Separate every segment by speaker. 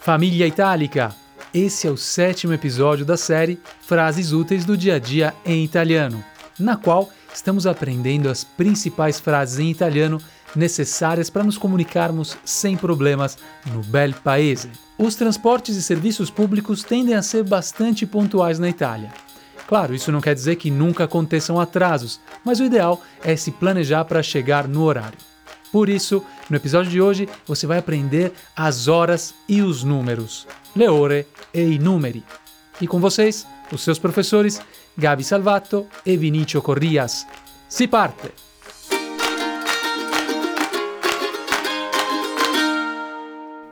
Speaker 1: Família Itálica! Esse é o sétimo episódio da série Frases Úteis do Dia a Dia em Italiano, na qual estamos aprendendo as principais frases em italiano necessárias para nos comunicarmos sem problemas no bel paese. Os transportes e serviços públicos tendem a ser bastante pontuais na Itália. Claro, isso não quer dizer que nunca aconteçam atrasos, mas o ideal é se planejar para chegar no horário. Por isso, no episódio de hoje você vai aprender as horas e os números, le ore e i numeri. E com vocês, os seus professores Gabi Salvatto e Vinicio Corrias. Si parte!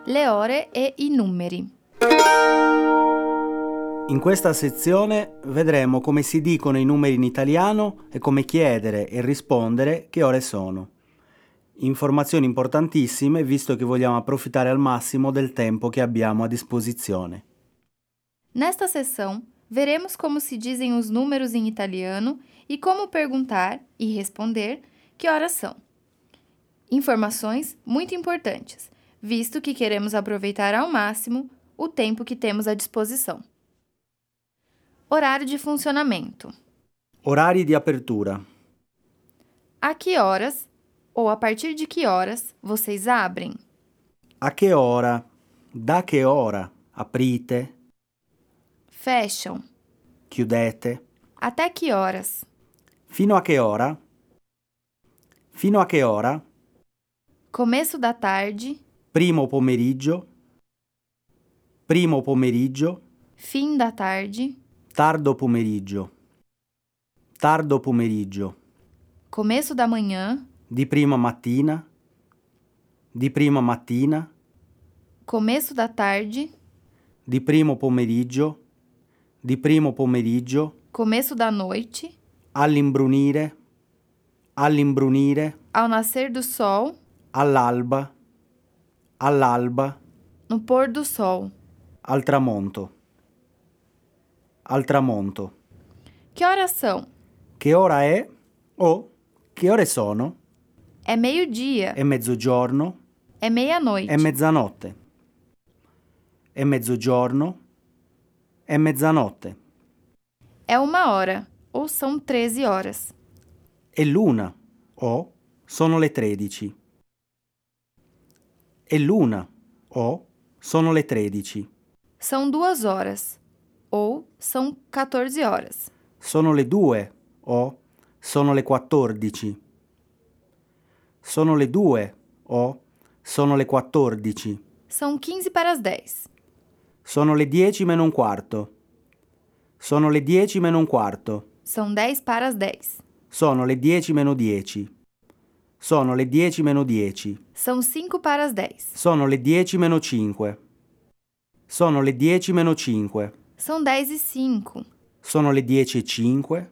Speaker 2: le ore e i numeri.
Speaker 3: In questa sezione vedremo come si dicono i numeri in italiano e come chiedere e rispondere che ore sono. Informazioni importantissime visto che vogliamo approfittare al massimo del tempo che abbiamo a disposizione.
Speaker 2: Nesta sessão, veremos como se dizem os números em italiano e como perguntar e responder que horas são. Informações muito importantes, visto que queremos aproveitar ao máximo o tempo que temos à disposição. Horário de funcionamento:
Speaker 3: Orari di apertura.
Speaker 2: a que horas ou a partir de que horas vocês abrem?
Speaker 3: A che ora? Da che ora? Aprite?
Speaker 2: Fecham?
Speaker 3: Chiudete?
Speaker 2: Até que horas?
Speaker 3: Fino a che ora? Fino a che ora?
Speaker 2: Começo da tarde,
Speaker 3: Primo pomeriggio? Primo pomeriggio?
Speaker 2: fim da tarde,
Speaker 3: Tardo pomeriggio. Tardo pomeriggio.
Speaker 2: começo da manhã,
Speaker 3: Di prima mattina. Di prima mattina.
Speaker 2: começo da tarde,
Speaker 3: Di primo pomeriggio. Di primo pomeriggio.
Speaker 2: começo da noite,
Speaker 3: All'imbrunire. All'imbrunire.
Speaker 2: ao nascer do sol,
Speaker 3: All'alba. All'alba.
Speaker 2: no pôr do sol.
Speaker 3: Al tramonto. Al tramonto.
Speaker 2: Que horas são?
Speaker 3: Che ora è? Oh, che ore sono?
Speaker 2: É meio-dia,
Speaker 3: È mezzogiorno.
Speaker 2: é meia-noite.
Speaker 3: È mezzanotte. È mezzogiorno. È mezzanotte.
Speaker 2: É uma hora, ou são 13 horas.
Speaker 3: È l'una. O sono le 13. È l'una. O sono le 13.
Speaker 2: São duas horas, ou são 14 horas.
Speaker 3: Sono le due. O sono le 14. Sono le due. O sono le 14.
Speaker 2: São 15 para as 10.
Speaker 3: Sono le 10 meno un quarto. Sono le 10 meno un quarto.
Speaker 2: São 10 para as 10.
Speaker 3: Sono le 10 meno 10. Sono le 10 meno 10.
Speaker 2: São 5 para as 10.
Speaker 3: Sono le 10 meno 5. Sono le 10 meno 5.
Speaker 2: São 10 e 5.
Speaker 3: Sono le 10 e 5.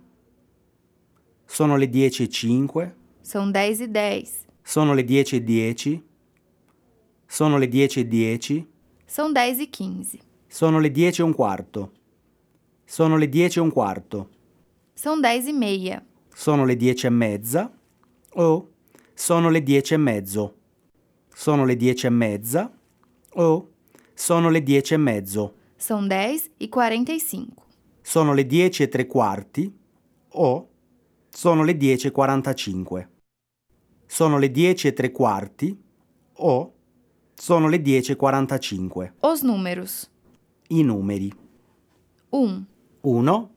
Speaker 3: Sono le 10 e 5.
Speaker 2: São 10 e 10.
Speaker 3: Sono le 10 e 10. Sono le 10 e 10.
Speaker 2: São 10 e 15.
Speaker 3: Sono le 10 e un quarto. Sono le 10 e un quarto.
Speaker 2: São 10 e meia.
Speaker 3: Sono le 10 e mezza. O sono le 10 e mezzo. Sono le 10 e mezza. O sono le 10 e mezzo.
Speaker 2: São 10 e 45.
Speaker 3: Sono le 10 e tre quarti. O sono le 10 e 45. Sono le 10 e tre quarti. O sono le 10 e 45.
Speaker 2: Os números:
Speaker 3: I numeri.
Speaker 2: 1,
Speaker 3: 1,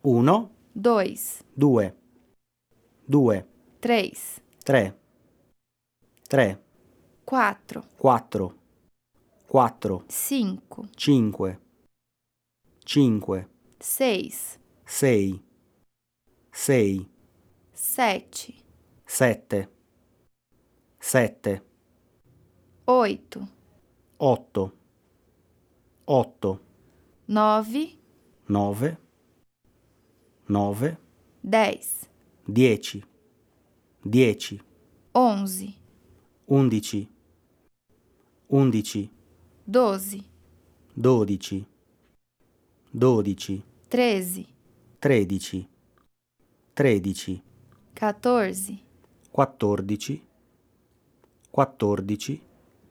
Speaker 3: 1,
Speaker 2: 2,
Speaker 3: 2, 2,
Speaker 2: 3,
Speaker 3: 3, 3.
Speaker 2: 4,
Speaker 3: 4 4
Speaker 2: 5,
Speaker 3: 5 5
Speaker 2: 6,
Speaker 3: 6 6
Speaker 2: 7,
Speaker 3: 7 7
Speaker 2: 8,
Speaker 3: 8 8
Speaker 2: 9,
Speaker 3: 9 9
Speaker 2: 10,
Speaker 3: 10 10
Speaker 2: 11,
Speaker 3: 11 11
Speaker 2: 12,
Speaker 3: 12 12
Speaker 2: 13,
Speaker 3: 13 13
Speaker 2: 14,
Speaker 3: 14, 14,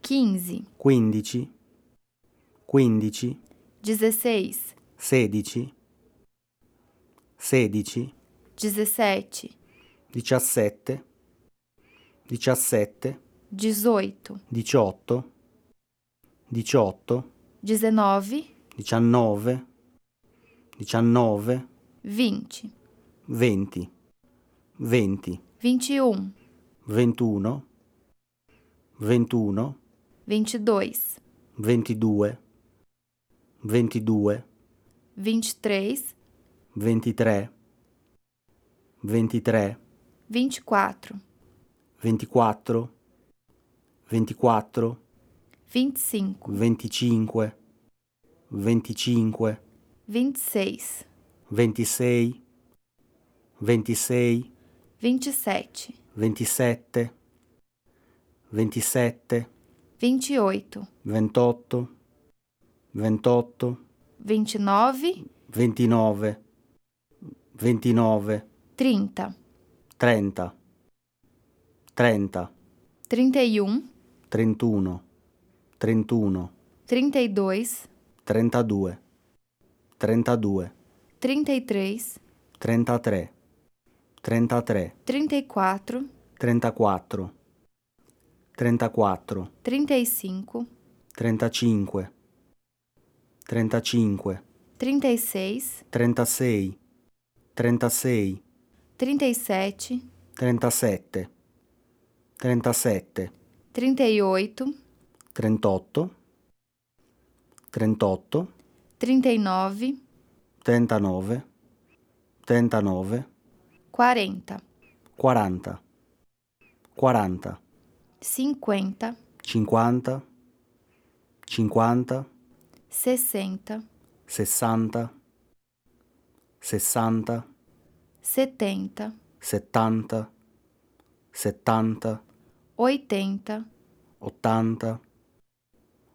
Speaker 2: 15,
Speaker 3: 15, 15,
Speaker 2: 16,
Speaker 3: 16, 16,
Speaker 2: 17,
Speaker 3: 17, 17,
Speaker 2: 18,
Speaker 3: 18, 18,
Speaker 2: 19,
Speaker 3: 19, 19,
Speaker 2: 20,
Speaker 3: 20, 20,
Speaker 2: 21,
Speaker 3: 21, 21,
Speaker 2: 22,
Speaker 3: 22, 22,
Speaker 2: 23,
Speaker 3: 23, 23,
Speaker 2: 24,
Speaker 3: 24, 24,
Speaker 2: 25,
Speaker 3: 25, 25,
Speaker 2: 26,
Speaker 3: 26, 26,
Speaker 2: 27,
Speaker 3: 27, 27,
Speaker 2: 28,
Speaker 3: 28, 28,
Speaker 2: 29,
Speaker 3: 29, 29,
Speaker 2: 30,
Speaker 3: 30, 30,
Speaker 2: 31,
Speaker 3: 31, 31,
Speaker 2: 32,
Speaker 3: 32, 32,
Speaker 2: 33,
Speaker 3: 33, 33,
Speaker 2: 34,
Speaker 3: 34, 34,
Speaker 2: 35,
Speaker 3: 35, 35,
Speaker 2: 36,
Speaker 3: 36, 36,
Speaker 2: 37,
Speaker 3: 37, 37,
Speaker 2: 38,
Speaker 3: 38, 38,
Speaker 2: 39,
Speaker 3: 39, 39,
Speaker 2: 40,
Speaker 3: 40, 40,
Speaker 2: 50,
Speaker 3: 50, 50,
Speaker 2: 60,
Speaker 3: 60, 60,
Speaker 2: 70,
Speaker 3: 70, 70,
Speaker 2: 80,
Speaker 3: 80,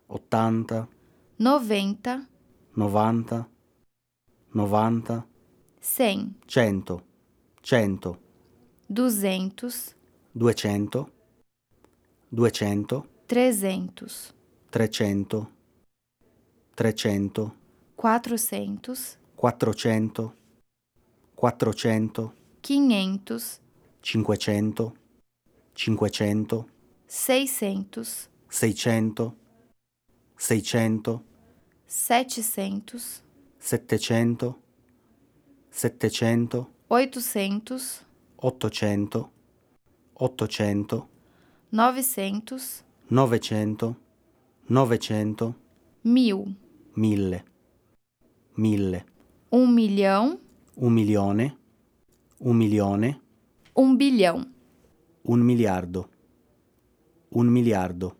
Speaker 3: 80,
Speaker 2: 90,
Speaker 3: 90, 90,
Speaker 2: 100,
Speaker 3: 100, 100,
Speaker 2: 200,
Speaker 3: 200, 200,
Speaker 2: 300,
Speaker 3: 300, 300,
Speaker 2: 400,
Speaker 3: 400, 400,
Speaker 2: 500,
Speaker 3: 500, 500,
Speaker 2: 600,
Speaker 3: 600, 600,
Speaker 2: 700,
Speaker 3: 700, 700,
Speaker 2: 800,
Speaker 3: 800, 800,
Speaker 2: 900,
Speaker 3: 900, 900,
Speaker 2: 1000,
Speaker 3: 1000,
Speaker 2: 1
Speaker 3: 1000,
Speaker 2: milhão,
Speaker 3: un milione, un milione,
Speaker 2: 1 bilhão.
Speaker 3: un miliardo, un miliardo.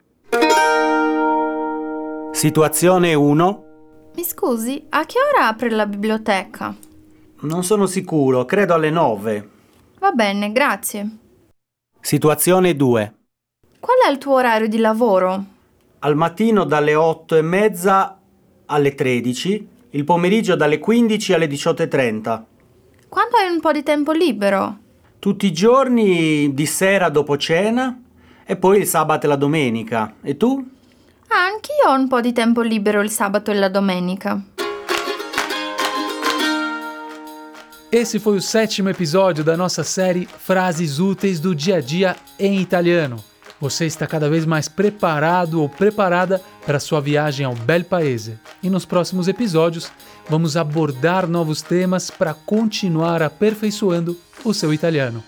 Speaker 3: Situazione 1.
Speaker 2: Mi scusi, a che ora apre la biblioteca?
Speaker 3: Non sono sicuro, credo alle 9.
Speaker 2: Va bene, grazie.
Speaker 3: Situazione 2.
Speaker 2: Qual è il tuo orario di lavoro?
Speaker 3: Al mattino dalle 8 e mezza alle 13, il pomeriggio dalle 15 alle 18.30.
Speaker 2: Quando hai un po' di tempo libero?
Speaker 3: Tutti i giorni di sera dopo cena e poi il sabato e la domenica. E tu?
Speaker 2: Ah, anch'io ho un po' di tempo libero il sabato e la domenica.
Speaker 1: Esse foi o sétimo episódio da nossa série Frases Úteis do Dia a Dia em Italiano. Você está cada vez mais preparado ou preparada para a sua viagem ao bel paese. E nos próximos episódios vamos abordar novos temas para continuar aperfeiçoando o seu italiano.